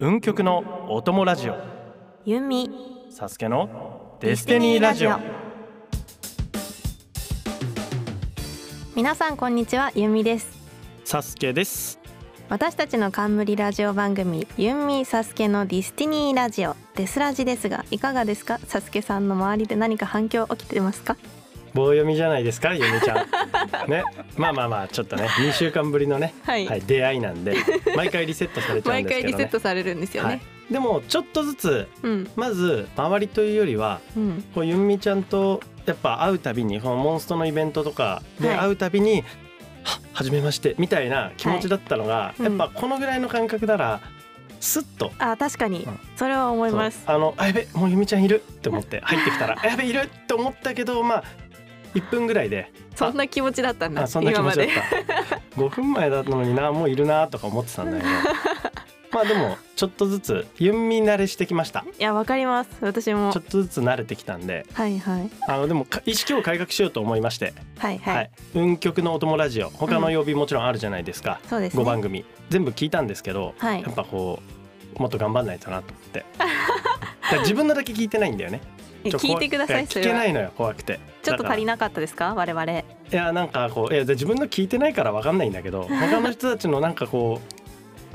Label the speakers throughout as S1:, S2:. S1: 運極のお供ラジオ
S2: ユミ
S1: サスケのデスティニーラジオ
S2: 皆さんこんにちはユミです
S1: サスケです
S2: 私たちの冠ラジオ番組ユンミサスケのディスティニーラジオデスラジですがいかがですかサスケさんの周りで何か反響起きてますか
S1: 棒読みじゃないですかゆみちゃ んねまあまあまあちょっとね2週間ぶりのね、
S2: はい
S1: 出会いなんで毎回リセットされちゃうん
S2: 毎
S1: です
S2: 回
S1: け
S2: リ
S1: ど
S2: セッ
S1: ね
S2: トされるんですよね、
S1: はい、でもちょっとずつ
S2: うん
S1: まず周りというよりは
S2: うん
S1: こうゆみちゃんとやっぱ会うたびにこのモンストのイベントとかで
S2: はい
S1: 会うたびに、は初めましてみたいな気持ちだったのが、
S2: いうん
S1: やっぱこのぐらいの感覚ならスッと
S2: あ確かに
S1: うん
S2: それは思います
S1: そうあのあやべもうゆみちゃんいるって思って入ってきたら あやべいるって思ったけどまあ1分ぐらいで
S2: そんな気持ちだったんだ
S1: あそんな気
S2: 今
S1: 持
S2: ま
S1: ちだっ
S2: で
S1: た5分前だったのになもういるなとか思ってたんだけ どまあでもちょっとずつゆみ慣れしてきました
S2: いやわかります私も
S1: ちょっとずつ慣れてきたんで
S2: はいはい
S1: あのでもか意識を改革しようと思いまして、
S2: はい
S1: は
S2: はいい、
S1: 運極のお供ラジオ他の曜日もちろんあるじゃないですか、
S2: そうです
S1: 5
S2: ね
S1: 番組全部聞いたんですけど、
S2: はい
S1: やっぱこうもっと頑張んないとなと思ってだから自分のだけ聞いてないんだよね
S2: え
S1: ちょ
S2: 聞いてください
S1: 怖
S2: そ
S1: 聞
S2: れ
S1: けな
S2: はい
S1: のよ怖くて
S2: ちょっと足り
S1: な
S2: なかったですか我々
S1: いやなんかこういや自分の聞いてないからわかんないんだけ ど他の人たちのなんかこ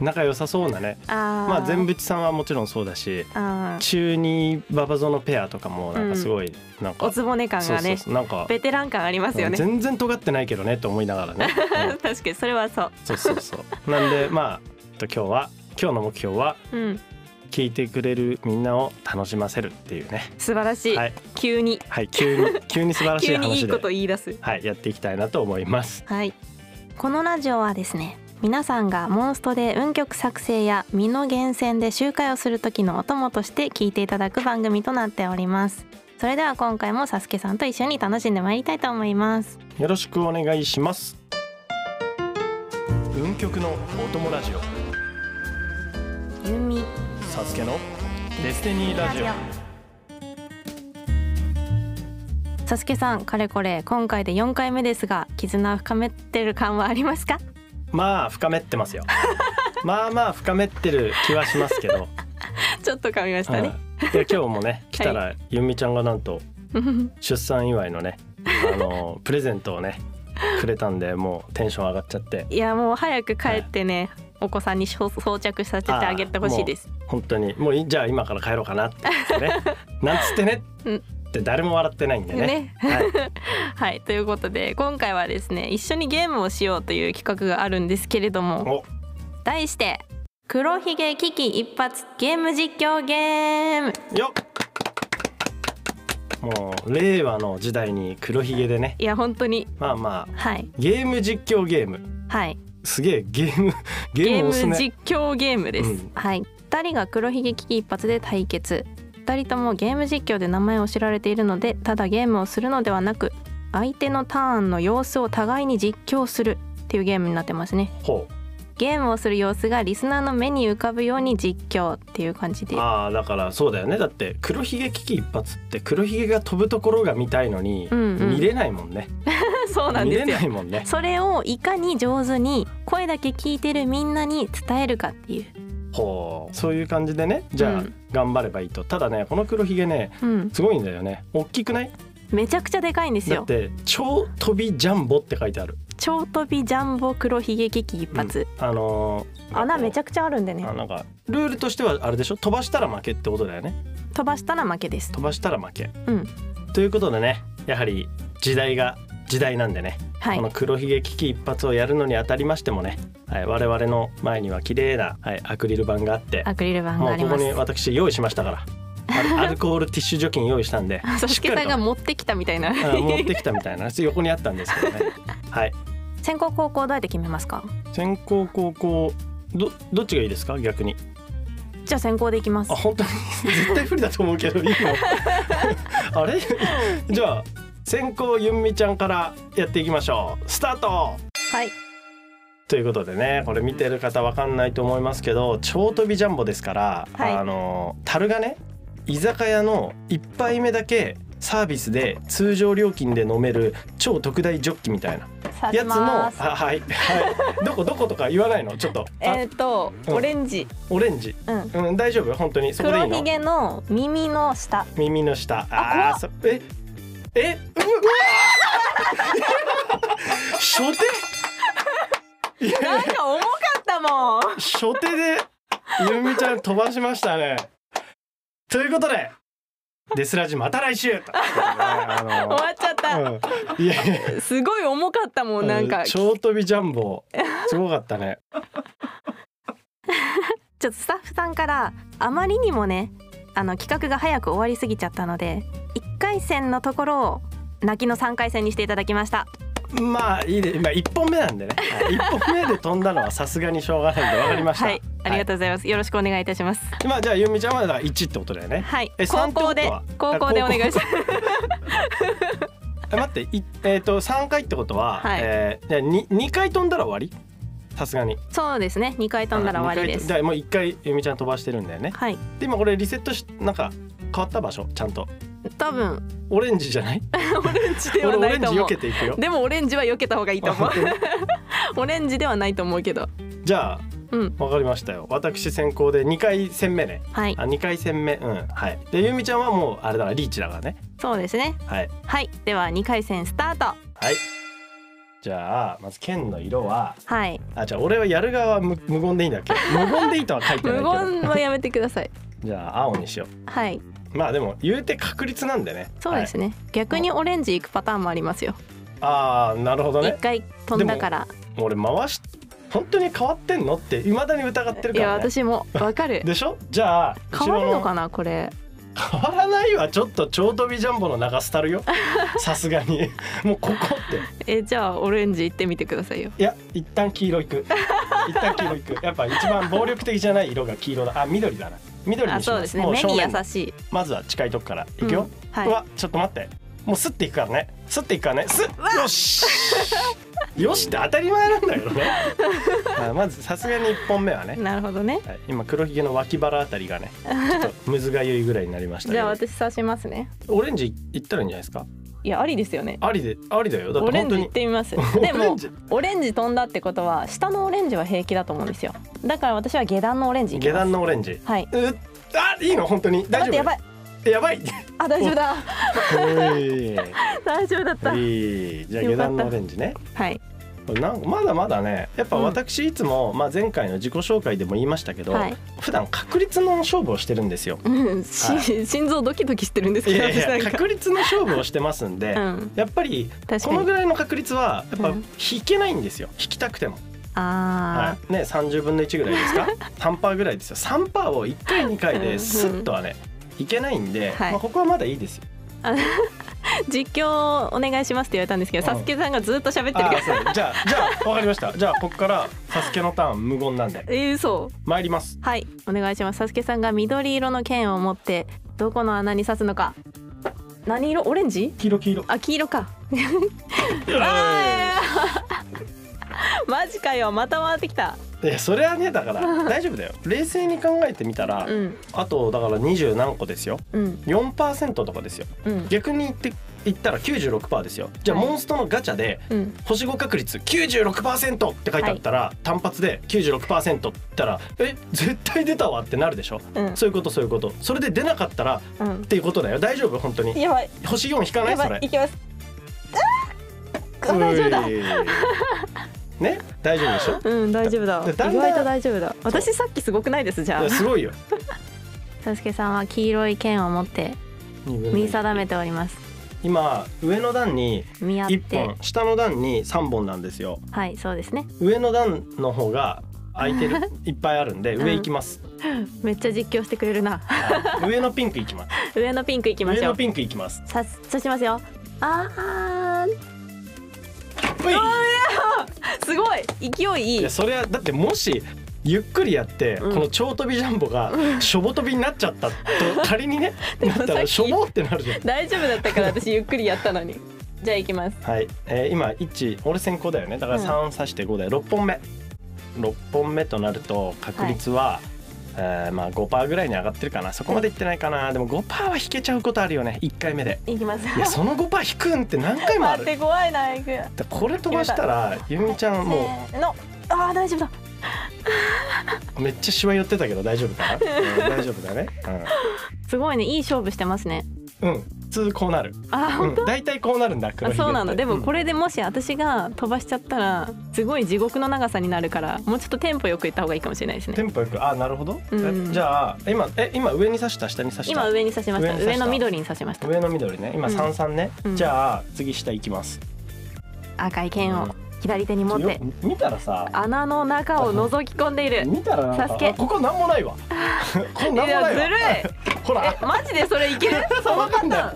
S1: う仲良さそうなね
S2: あー
S1: まあ全部ちさんはもちろんそうだし
S2: あー
S1: 中二ババゾのペアとかもなんかすごいなんか、
S2: おつぼね感
S1: そう
S2: が
S1: そ
S2: ね
S1: うそうなんか
S2: ベテラン感ありますよね
S1: 全然尖ってないけどねと思いながらね、うん
S2: 確かにそれはそ
S1: そうそうそうなんでまあと今日は今日の目標は
S2: ううん
S1: 聞いてくれるみんなを楽しませるっていうね
S2: 素晴らしい、
S1: はい、
S2: 急に
S1: はい、急に急に素晴らしい
S2: 急
S1: 話で
S2: にいいこと言い出す
S1: はい、やっていきたいなと思います。
S2: はいこのラジオはですね皆さんがモンストで運曲作成や身の厳選で集会をする時のお供として聞いていただく番組となっておりますそれでは今回もサスケさんと一緒に楽しんでまいりたいと思います
S1: よろしくお願いします。運極のお供ラジオ、
S2: ユミ
S1: サスケのデスティニーラジオ。
S2: サスケさんかれこれ今回で4回目ですが絆を深めてる感はありますか
S1: まあ深めってますよ。 まあまあ深めってる気はしますけど。
S2: ちょっと噛みまし
S1: うん
S2: た
S1: いや
S2: ね、
S1: 今日もね来たらゆみちゃんがなん と出産祝いのね、あのプレゼントをねくれたんで、もうテンション上がっちゃって。
S2: いやもう早く帰ってね、お子さんに装装着させてあげてほしいです
S1: 本当にもういいじゃあ今から帰ろうかなって言って ねなんつってね
S2: うん
S1: って誰も笑ってないんでね
S2: ね
S1: はい、
S2: はいということで今回はですね一緒にゲームをしようという企画があるんですけれども
S1: お
S2: 題して「黒ひげ危機一発ゲーム実況ゲーム
S1: よっもう令和の時代に黒ひげでね」
S2: いや本当に
S1: まあまあ
S2: はい
S1: ゲーム実況ゲーム
S2: はい
S1: すげえゲーム ゲ
S2: ゲ
S1: ー
S2: ー
S1: ム
S2: ム
S1: 押すね
S2: 実況ゲームです、
S1: うん
S2: はい2人が黒ひげ危機一発で対決2人ともゲーム実況で名前を知られているのでただゲームをするのではなく相手のターンの様子を互いに実況するっていうゲームになってますね
S1: ほ
S2: ゲームをする様子がリスナーの目に浮かぶように実況っていう感じ
S1: う
S2: で
S1: ああだからそうだよねだって黒ひげ危機一発って黒ひげが飛ぶところが見たいのに、
S2: うんうん
S1: 見れないもんね
S2: そうなん
S1: 見
S2: で
S1: れ
S2: すよ
S1: ないもんね
S2: それをいかに上手に声だけ聞いてるみんなに伝えるかっていう
S1: ほうそういう感じでねじゃあ、
S2: うん
S1: 頑張ればいいとただねこの黒ひげね
S2: うん
S1: すごいんだよね大きくない
S2: めちゃくちゃでかいんです
S1: だっ
S2: よ
S1: て超飛びジャンボって書いてある、
S2: 超飛びジャンボ黒ひげ危機一発、
S1: あのー、
S2: 穴めち
S1: ゃ
S2: ゃくちゃあるんでね
S1: なんかルールとしてはあれでしょ飛ばしたら負けってことだよね
S2: 飛ばしたら負けです
S1: 飛ばしたら負け
S2: うん
S1: ということでねやはり時代が時代なんでね、
S2: はい
S1: この黒ひげ危機一発をやるのにあたりましてもね、はい、我々の前には綺麗な、はい、アクリル板があって
S2: アクリル板が
S1: も
S2: あ
S1: う
S2: り
S1: ここ
S2: ます
S1: に私用意しましたからアルアルコールティッシュ除菌用意したんで
S2: 佐々木さんが
S1: と
S2: 持ってきたみたい
S1: う
S2: な
S1: ん持ってきたみたいな横にあったんですけどね はい
S2: 先行後攻どうやって決めますか
S1: 先攻後攻どどっちがいいですか逆に
S2: じゃあ先行でいきます
S1: あ本当に 絶対不利だと思うけどいいの あれじゃあ先攻ゆんみちゃんからやっていきましょうスタート
S2: はい
S1: ということでねこれ見てる方わかんないと思いますけど超飛びジャンボですから、
S2: はい
S1: あの樽がね居酒屋の一杯目だけサービスで通常料金で飲める超特大ジョッキみたいな
S2: さ
S1: や
S2: て
S1: つの
S2: ま
S1: あ
S2: す
S1: はいはいどこどことか言わないのちょっとあ
S2: えっ、と、
S1: うん
S2: オレンジ、
S1: オレンジ
S2: うん、
S1: うん大丈夫本当にそこでい
S2: 黒
S1: い
S2: ひ
S1: の
S2: げの耳 の下
S1: 耳の下
S2: あ
S1: あーそええうわ うわ初手いや
S2: なんか重かったもん
S1: 初手でゆみちゃん飛ばしましたね。ということでデスラジまた来週 とあ
S2: 終
S1: の
S2: わっちゃった、
S1: うんいやいや
S2: すごい重かったもんなんか、
S1: うん
S2: ちょ
S1: 超飛びジャンボすごかったね。
S2: っとスタッフさんからあまりにもねあの企画が早く終わりすぎちゃったので1回戦のところを泣きの3回戦にしていただきました
S1: まあいいで今一本目なんでね。はい一本目で飛んだのはさすがにしょうがないんでわかりました。
S2: はいありがとうございます、よろしくお願いいたします
S1: まあじゃあゆみちゃんはだから一ってことだよね。
S2: はい
S1: え
S2: 高校で
S1: 三ってこと
S2: 高
S1: は
S2: 校でお
S1: あ
S2: 願いします
S1: え待っていえっ、と三回ってことは、
S2: はい
S1: えーじゃあ二二回飛んだら終わり？さすがに。
S2: そうですね2回飛んだら終わりで
S1: あ二回
S2: す
S1: じゃあもう一回ゆみちゃん飛ばしてるんだよね。
S2: はい
S1: で今これリセットしなんか変わった場所ちゃんと
S2: 多分
S1: オレンジじゃない
S2: オレン ジで
S1: 俺
S2: は
S1: オ
S2: な
S1: レ
S2: い
S1: ンジ
S2: と思
S1: 避
S2: う
S1: けていくよ
S2: でもオレンジは避けた方がいいと思う オレンジではないと思うけど
S1: じゃあ
S2: うん
S1: わかりましたよ私先行で2回戦目ね
S2: はい
S1: あ2回戦目うんはいでゆみちゃんはもうあれだからリーチだからね
S2: そうですね
S1: はい
S2: はいでは2回戦スタート
S1: はいじゃあまず剣の色は
S2: はい
S1: あじゃあ俺はやる側は無無言でいいんだっけ 無言でいいとは書いてない
S2: 無
S1: けど
S2: 言はやめてください
S1: じゃあ青にしよ
S2: はいう
S1: まあでも言うて確率なんでね
S2: そうですね、逆にオレンジ行くパターンもありますよ
S1: はいああなるほど
S2: 一、
S1: ね
S2: 回飛んだから
S1: 俺回し本当に変わってんのっていまだに疑ってる
S2: い
S1: か
S2: や
S1: ら、ね、
S2: 私もわかる
S1: でしょじゃあ
S2: 変わるのか
S1: な
S2: なこれ
S1: 変わらないはちょっと超飛びジャンボの長スタル よさすがにもうここって
S2: えじゃあオレンジ行ってみてくださいよ
S1: いや一旦黄色い く一旦黄色いくやっぱ一番暴力的じゃない色が黄色だあ緑だな緑
S2: あ
S1: にし
S2: そう
S1: ま
S2: ですすね
S1: もう
S2: 目
S1: 正
S2: に優
S1: 面に
S2: しい
S1: まずは近いとこからいくよ、
S2: うん
S1: う
S2: はい
S1: わちょっと待ってもうすっていくからねすっていくからねすよしよしって当たり前なんだけど ねあまずさすがに1本目はね
S2: なるほどね
S1: はい、今黒ひげの脇腹あたり がねちょっとむずがゆいぐらいになりましたけ
S2: じゃあ
S1: ど
S2: 私刺しますね
S1: オレンジいったらいいんじゃないですか
S2: いやありですよね
S1: ありでありだよだっ
S2: オ
S1: て
S2: レ
S1: 本
S2: ン
S1: 当
S2: ジ行
S1: に
S2: ってみま す
S1: オレ
S2: でも
S1: ンジ
S2: オレンジ飛んだってことは下のオレンジは平気だと思うんですよだから私は下段のオレンジ行き
S1: 下
S2: ます
S1: 段のオレンジう
S2: はい
S1: あいいの本当に大丈
S2: 待っ
S1: 夫
S2: てやばい
S1: やばい
S2: あ大丈夫だ
S1: おい
S2: 大丈夫だった
S1: いいじゃあ下段のオレンジね
S2: はい
S1: これなんかまだまだねやっぱ
S2: うん
S1: 私いつも、まあ、前回の自己紹介でも言いましたけど、
S2: はい
S1: 普段確率の勝負をしてるんです よ
S2: うんし心臓ドキドキしてるんです
S1: い
S2: けど
S1: や
S2: 私ないん
S1: や
S2: か
S1: 確率の勝負をしてますんで、
S2: うん
S1: やっぱり
S2: 確
S1: こ
S2: か
S1: の
S2: に
S1: ぐらいの確率はやっぱ
S2: うん
S1: 引けないんですよ引きたくてもは
S2: あ
S1: い、ね、三十分の一ぐらいです か、三パーぐらいですよ。三パーを一回二回
S2: うんう
S1: で
S2: ん
S1: スッとはね、いけないんで、
S2: はい
S1: まあここはまだいいですよ。
S2: ー実況お願いしますって言われたんですけど
S1: うん
S2: サスケさんがずっと喋ってる
S1: あ
S2: か
S1: ーそうじゃあ、じゃあ、わかりました。じゃあ、ここからサスケのターン無言なんで、
S2: らえー嘘
S1: 参ります。
S2: はいお願いしますサスケさんが緑色の剣を持ってどこの穴に刺すのか何色オレンジ
S1: 黄色黄色。
S2: あ黄色か
S1: い
S2: あー マジかよまた回ってきた
S1: や、それはね、だから、大丈夫だよ。冷静に考えてみたら
S2: う、ん
S1: あと、だから二十何個ですよ。
S2: うん
S1: 四パーセントとかですよ。
S2: うん
S1: 逆に言って、言ったら九十六パーですよ。じゃあ、
S2: はい
S1: モンストのガチャで。
S2: うん
S1: 星5確率96%って書いてあったら、単発で96%って言ったらえ絶対出たわってなるでしょ
S2: うん
S1: そういうことそういうことそれで出なかったらっ
S2: うん
S1: ていうことだよ大丈夫本当に
S2: やばい
S1: 星4引かない
S2: や
S1: そ
S2: ばい
S1: れ
S2: いきますあーあ大丈夫だ
S1: ういね大丈夫でしょ
S2: うん大丈夫だ
S1: でだん
S2: 意
S1: だん
S2: 外と大丈夫だ私さっきすごくないですじ
S1: い
S2: ゃ
S1: や
S2: あ
S1: すごいよ
S2: サスケさんは黄色い剣を持って見定めております
S1: 今上の段に
S2: 見合っ
S1: 1
S2: て
S1: 本下の段に3本なんですよ
S2: はいそうですね
S1: 上の段の方が空いて るいっぱいあるんで上行きます、
S2: めっちゃ実況してくれるな
S1: はい上のピンク行きます
S2: 上のピンクいきま
S1: 上
S2: しょ
S1: の
S2: う
S1: ピンク行きます
S2: さ刺しますよあー
S1: うい
S2: すごい勢いい
S1: い
S2: い
S1: やそれはだってもしゆっくりやって、
S2: うん
S1: この超飛びジャンボがしょぼ飛びになっちゃ ったと仮にねな
S2: もさ
S1: っ
S2: った
S1: ら
S2: き
S1: しょぼってなるじゃん。
S2: 大丈夫だったから私ゆっくりやったのにじゃあ行きます
S1: はい、えー今1俺先行だよねだか
S2: う
S1: ら
S2: ん
S1: 3指して5だよ6本目6本目となると確率はえー、まあ5%ぐらいに上がってるかなそこまでいってないかなでも5%は引けちゃうことあるよね1回目で
S2: いきます
S1: いやその5%引くんって何回もあ
S2: 待っ
S1: る
S2: て怖いな行く
S1: でこれ飛ばしたらゆみちゃんも
S2: せーのあー大丈夫だ
S1: うめっちゃシワ寄ってたけど大丈夫 かな、うん大丈夫だね
S2: すごいねいい勝負してますね
S1: うん、うん、普通こうなる
S2: あー
S1: うん、大体こうなるんだ黒
S2: あ
S1: ひげって
S2: そうなのでも
S1: ん
S2: これでもし私が飛ばしちゃったらすごい地獄の長さになるからもうちょっとテンポよく行った方がいいかもしれないです
S1: テ
S2: ね
S1: ンポよくあなるほど、
S2: うん
S1: えじゃあ今え今上に刺した下に刺した
S2: 今上に刺しました
S1: 上に
S2: 上
S1: 刺した
S2: の緑に刺しました
S1: 上の緑ね今
S2: うん
S1: 三三ね、
S2: うん
S1: じゃあ次下行きます
S2: 赤い剣を左手に持っ
S1: よ
S2: て
S1: 見たらさ
S2: 穴の中を覗き込んでいる
S1: 見たらなん
S2: サ
S1: か
S2: スケ
S1: あここなんもない わここな
S2: い
S1: んもな
S2: や
S1: いわ
S2: ずるい
S1: ほ ら
S2: えマジでそれいけ るその
S1: わか
S2: パ
S1: ん
S2: タ
S1: な
S2: ーン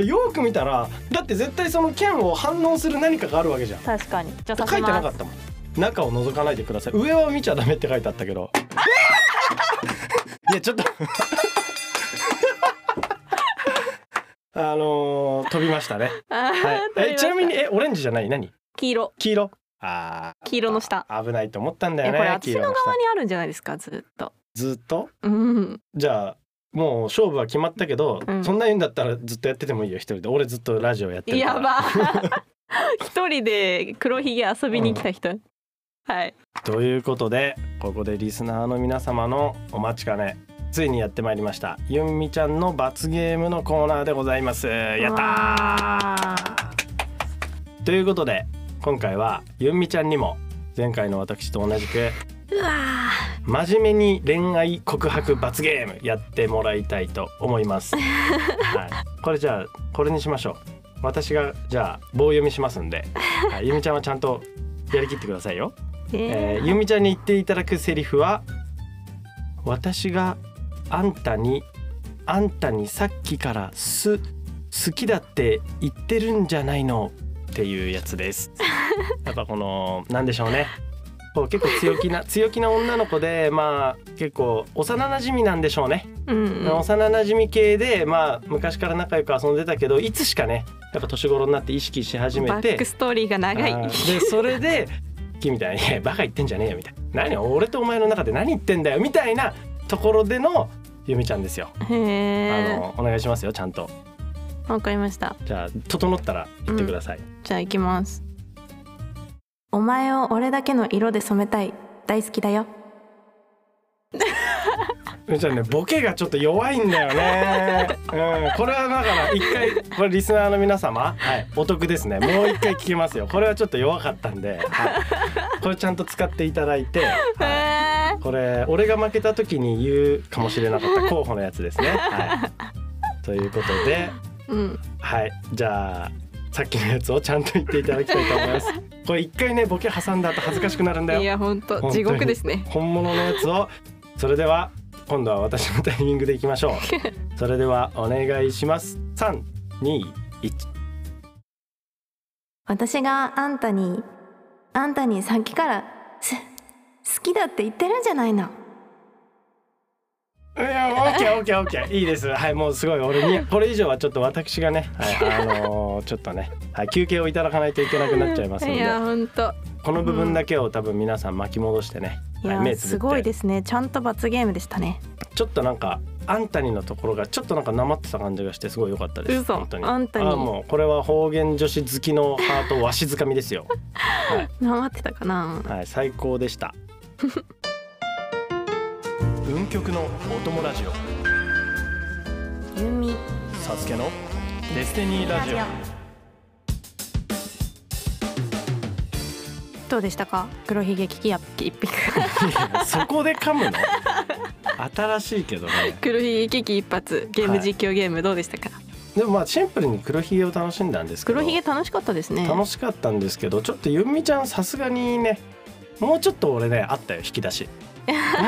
S1: いいやよく見たらだって絶対その剣を反応する何かがあるわけじゃん
S2: 確かにじゃあ
S1: 書
S2: 刺
S1: い
S2: して
S1: なか
S2: ま
S1: っ
S2: す
S1: たもん中を覗かないでください上は見ちゃダメって書いてあったけ どいやちょっとあのー飛びました ね、
S2: あー
S1: はい、
S2: 取り
S1: え
S2: ました
S1: ちなみにえオレンジじゃない何
S2: 黄色
S1: 黄色あー
S2: 黄色の下
S1: あ危ないと思ったんだ
S2: い
S1: よね
S2: やこれ私
S1: 黄
S2: の
S1: 色
S2: 側
S1: の
S2: に
S1: 下
S2: あるんじゃないですかずっと
S1: ずっと
S2: うん
S1: じゃあもう勝負は決まったけど、
S2: うん
S1: そんな言うんだったらずっとやっててもいいよ一人で俺ずっとラジオやってるから
S2: やば 一人で黒ひげ遊びに来た人、はい
S1: ということでここでリスナーの皆様のお待ちかねついにやってまいりましたゆんみちゃんの罰ゲームのコーナーでございますやったーということで今回はゆんみちゃんにも前回の私と同じく
S2: うわ
S1: 真面目に恋愛告白罰ゲームやってもらいたいと思います、はい、これじゃあこれにしましょう私がじゃあ棒読みしますんで、はい、ゆみちゃんはちゃんとやりきってくださいよえー、ゆみちゃんに言っていただくセリフは「私があんたにあんたにさっきからす好きだって言ってるんじゃないの」っていうやつ です。やっぱこのなんでしょうねこう結構強気な強気な女の子でまあ結構幼馴染みなんでしょうね、
S2: うんうん
S1: 幼馴染み系でまあ昔から仲良く遊んでたけどいつしかねやっぱ年頃になって意識し始め
S2: バ
S1: て
S2: ックストーリーが長い
S1: あーでそれ で「君みたいにいや「バカ言ってんじゃねえよ」みたいな「何俺とお前の中で何言ってんだよ」みたいなところでのゆみちゃんですよ。
S2: へ
S1: あ
S2: え
S1: のお願いしますよちゃんと。
S2: わかりました
S1: じゃあ整ったら言ってください。
S2: じゃあ行きますお前を俺だけの色で染めたい大好きだよ
S1: ゆみちゃんねボケがちょっと弱いんだよね。 うんこれはだから一回これリスナーの皆様、はい、お得ですね。もう一回聞きますよ。これはちょっと弱かったんで、はい、これちゃんと使っていただいて。
S2: へ
S1: はい
S2: え
S1: これ俺が負けた時に言うかもしれなかった候補のやつ ですね。はい、ということで、
S2: うん
S1: はい、じゃあさっきのやつをちゃんと言っていただきたいと思います。 これ一回ねボケ挟んだ後恥ずかしくなるんだ
S2: い
S1: よ。
S2: や本当
S1: 本当に
S2: 地獄ですね
S1: 本物のやつをそれでは今度は私のタイミングでいきましょ う。それではお願いします。三二一。
S2: 私があんたにあんたにさっきから好きだって言ってるんじゃないの
S1: いや、オッケー、オッケー、オッケー、いいです。はい、もうすごい、俺に、これ以上はちょっと私がね、はい、あのーちょっとね、はい、休憩をいただかないといけなくなっちゃいますの
S2: い
S1: で。
S2: や本当
S1: この部分だけを多分皆さん巻き戻してね、
S2: い
S1: はい
S2: や
S1: 目つぶって
S2: すごいですねちゃんと罰ゲームでしたね
S1: ちょっとなんかアンタニのところがちょっとなんかなまってた感じがしてすごい良かったです
S2: 嘘
S1: 本当に
S2: アンタニ
S1: あもうこれは方言女子好きのハートをわしづかみですよはい、
S2: なまってたかな
S1: はい、最高でした運極のお供ラジオ
S2: ゆみ
S1: サスケのデスティニーラジオ
S2: どうでしたか黒ひげ危機や一匹
S1: いやそこで噛 むの新しいけどね
S2: 黒ひげ危機一発ゲーム実況ゲームどうでしたか、
S1: でもまあシンプルに黒ひげを楽しんだんですけど
S2: 黒ひげ楽しかったですね
S1: 楽しかったんですけどちょっとゆみちゃんさすがにねもうちょっと俺ねあったよ引き出 し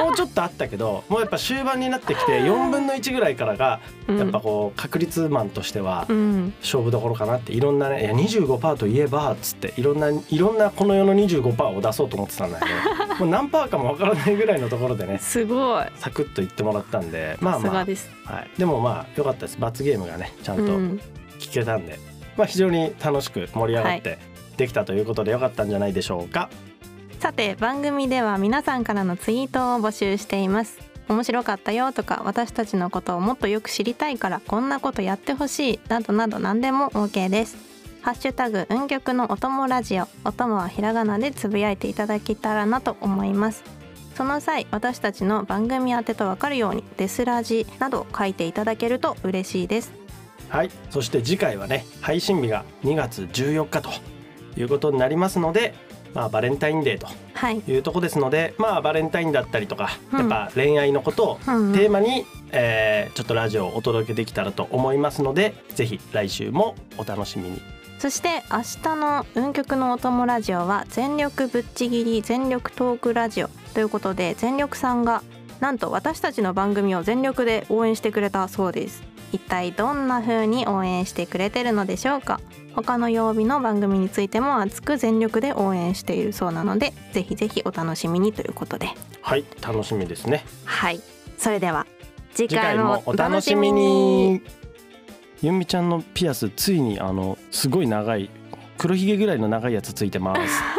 S1: もうちょっとあったけどもうやっぱ終盤になってき て4分の1ぐらいからが
S2: うん
S1: やっぱこう確率マンとしては
S2: うん
S1: 勝負どころかなっていろんなねいや25%といえばっつっていろんないろんなこの世の25%を出そうと思ってたんだけ どもう何パーかもわからないぐらいのところでね
S2: すごい
S1: サクッと言ってもらったんでまあ
S2: さす
S1: ま
S2: が
S1: あ、
S2: です、
S1: はい、でもまあ良かったです罰ゲームがねちゃん
S2: う
S1: と
S2: ん、
S1: 聞けたんで、まあ、非常に楽しく盛り上がってできたということでよかったんじゃないでしょうか。
S2: さて番組では皆さんからのツイートを募集しています面白かったよとか私たちのことをもっとよく知りたいからこんなことやってほしいなどなど何でも OK ですハッシュタグ運極のお供ラジオお供はひらがなでつぶやいていただけたらなと思いますその際私たちの番組宛てとわかるようにデスラジなど書いていただけると嬉しいです
S1: はいそして次回はね配信日が2月14日ということになりますので、まあ、バレンタインデーと
S2: はい
S1: いうとこですので、まあ、バレンタインだったりとか、
S2: うん
S1: やっぱ恋愛のことを
S2: うんうん
S1: テーマに、えーちょっとラジオをお届けできたらと思いますのでぜひ来週もお楽しみに
S2: そして明日の「運極のお供ラジオ」は「全力ぶっちぎり全力トークラジオ」ということで全力さんがなんと私たちの番組を全力で応援してくれたそうです一体どんな風に応援してくれてるのでしょうか他の曜日の番組についても熱く全力で応援しているそうなのでぜひぜひお楽しみにということで
S1: はい楽しみですね
S2: はいそれでは次
S1: 次回
S2: 回も
S1: もお
S2: お
S1: 楽
S2: 楽
S1: し
S2: し
S1: み
S2: みに
S1: にゆみちゃんのピアスついにあのすごい長い黒ひげぐらいの長いやつついてます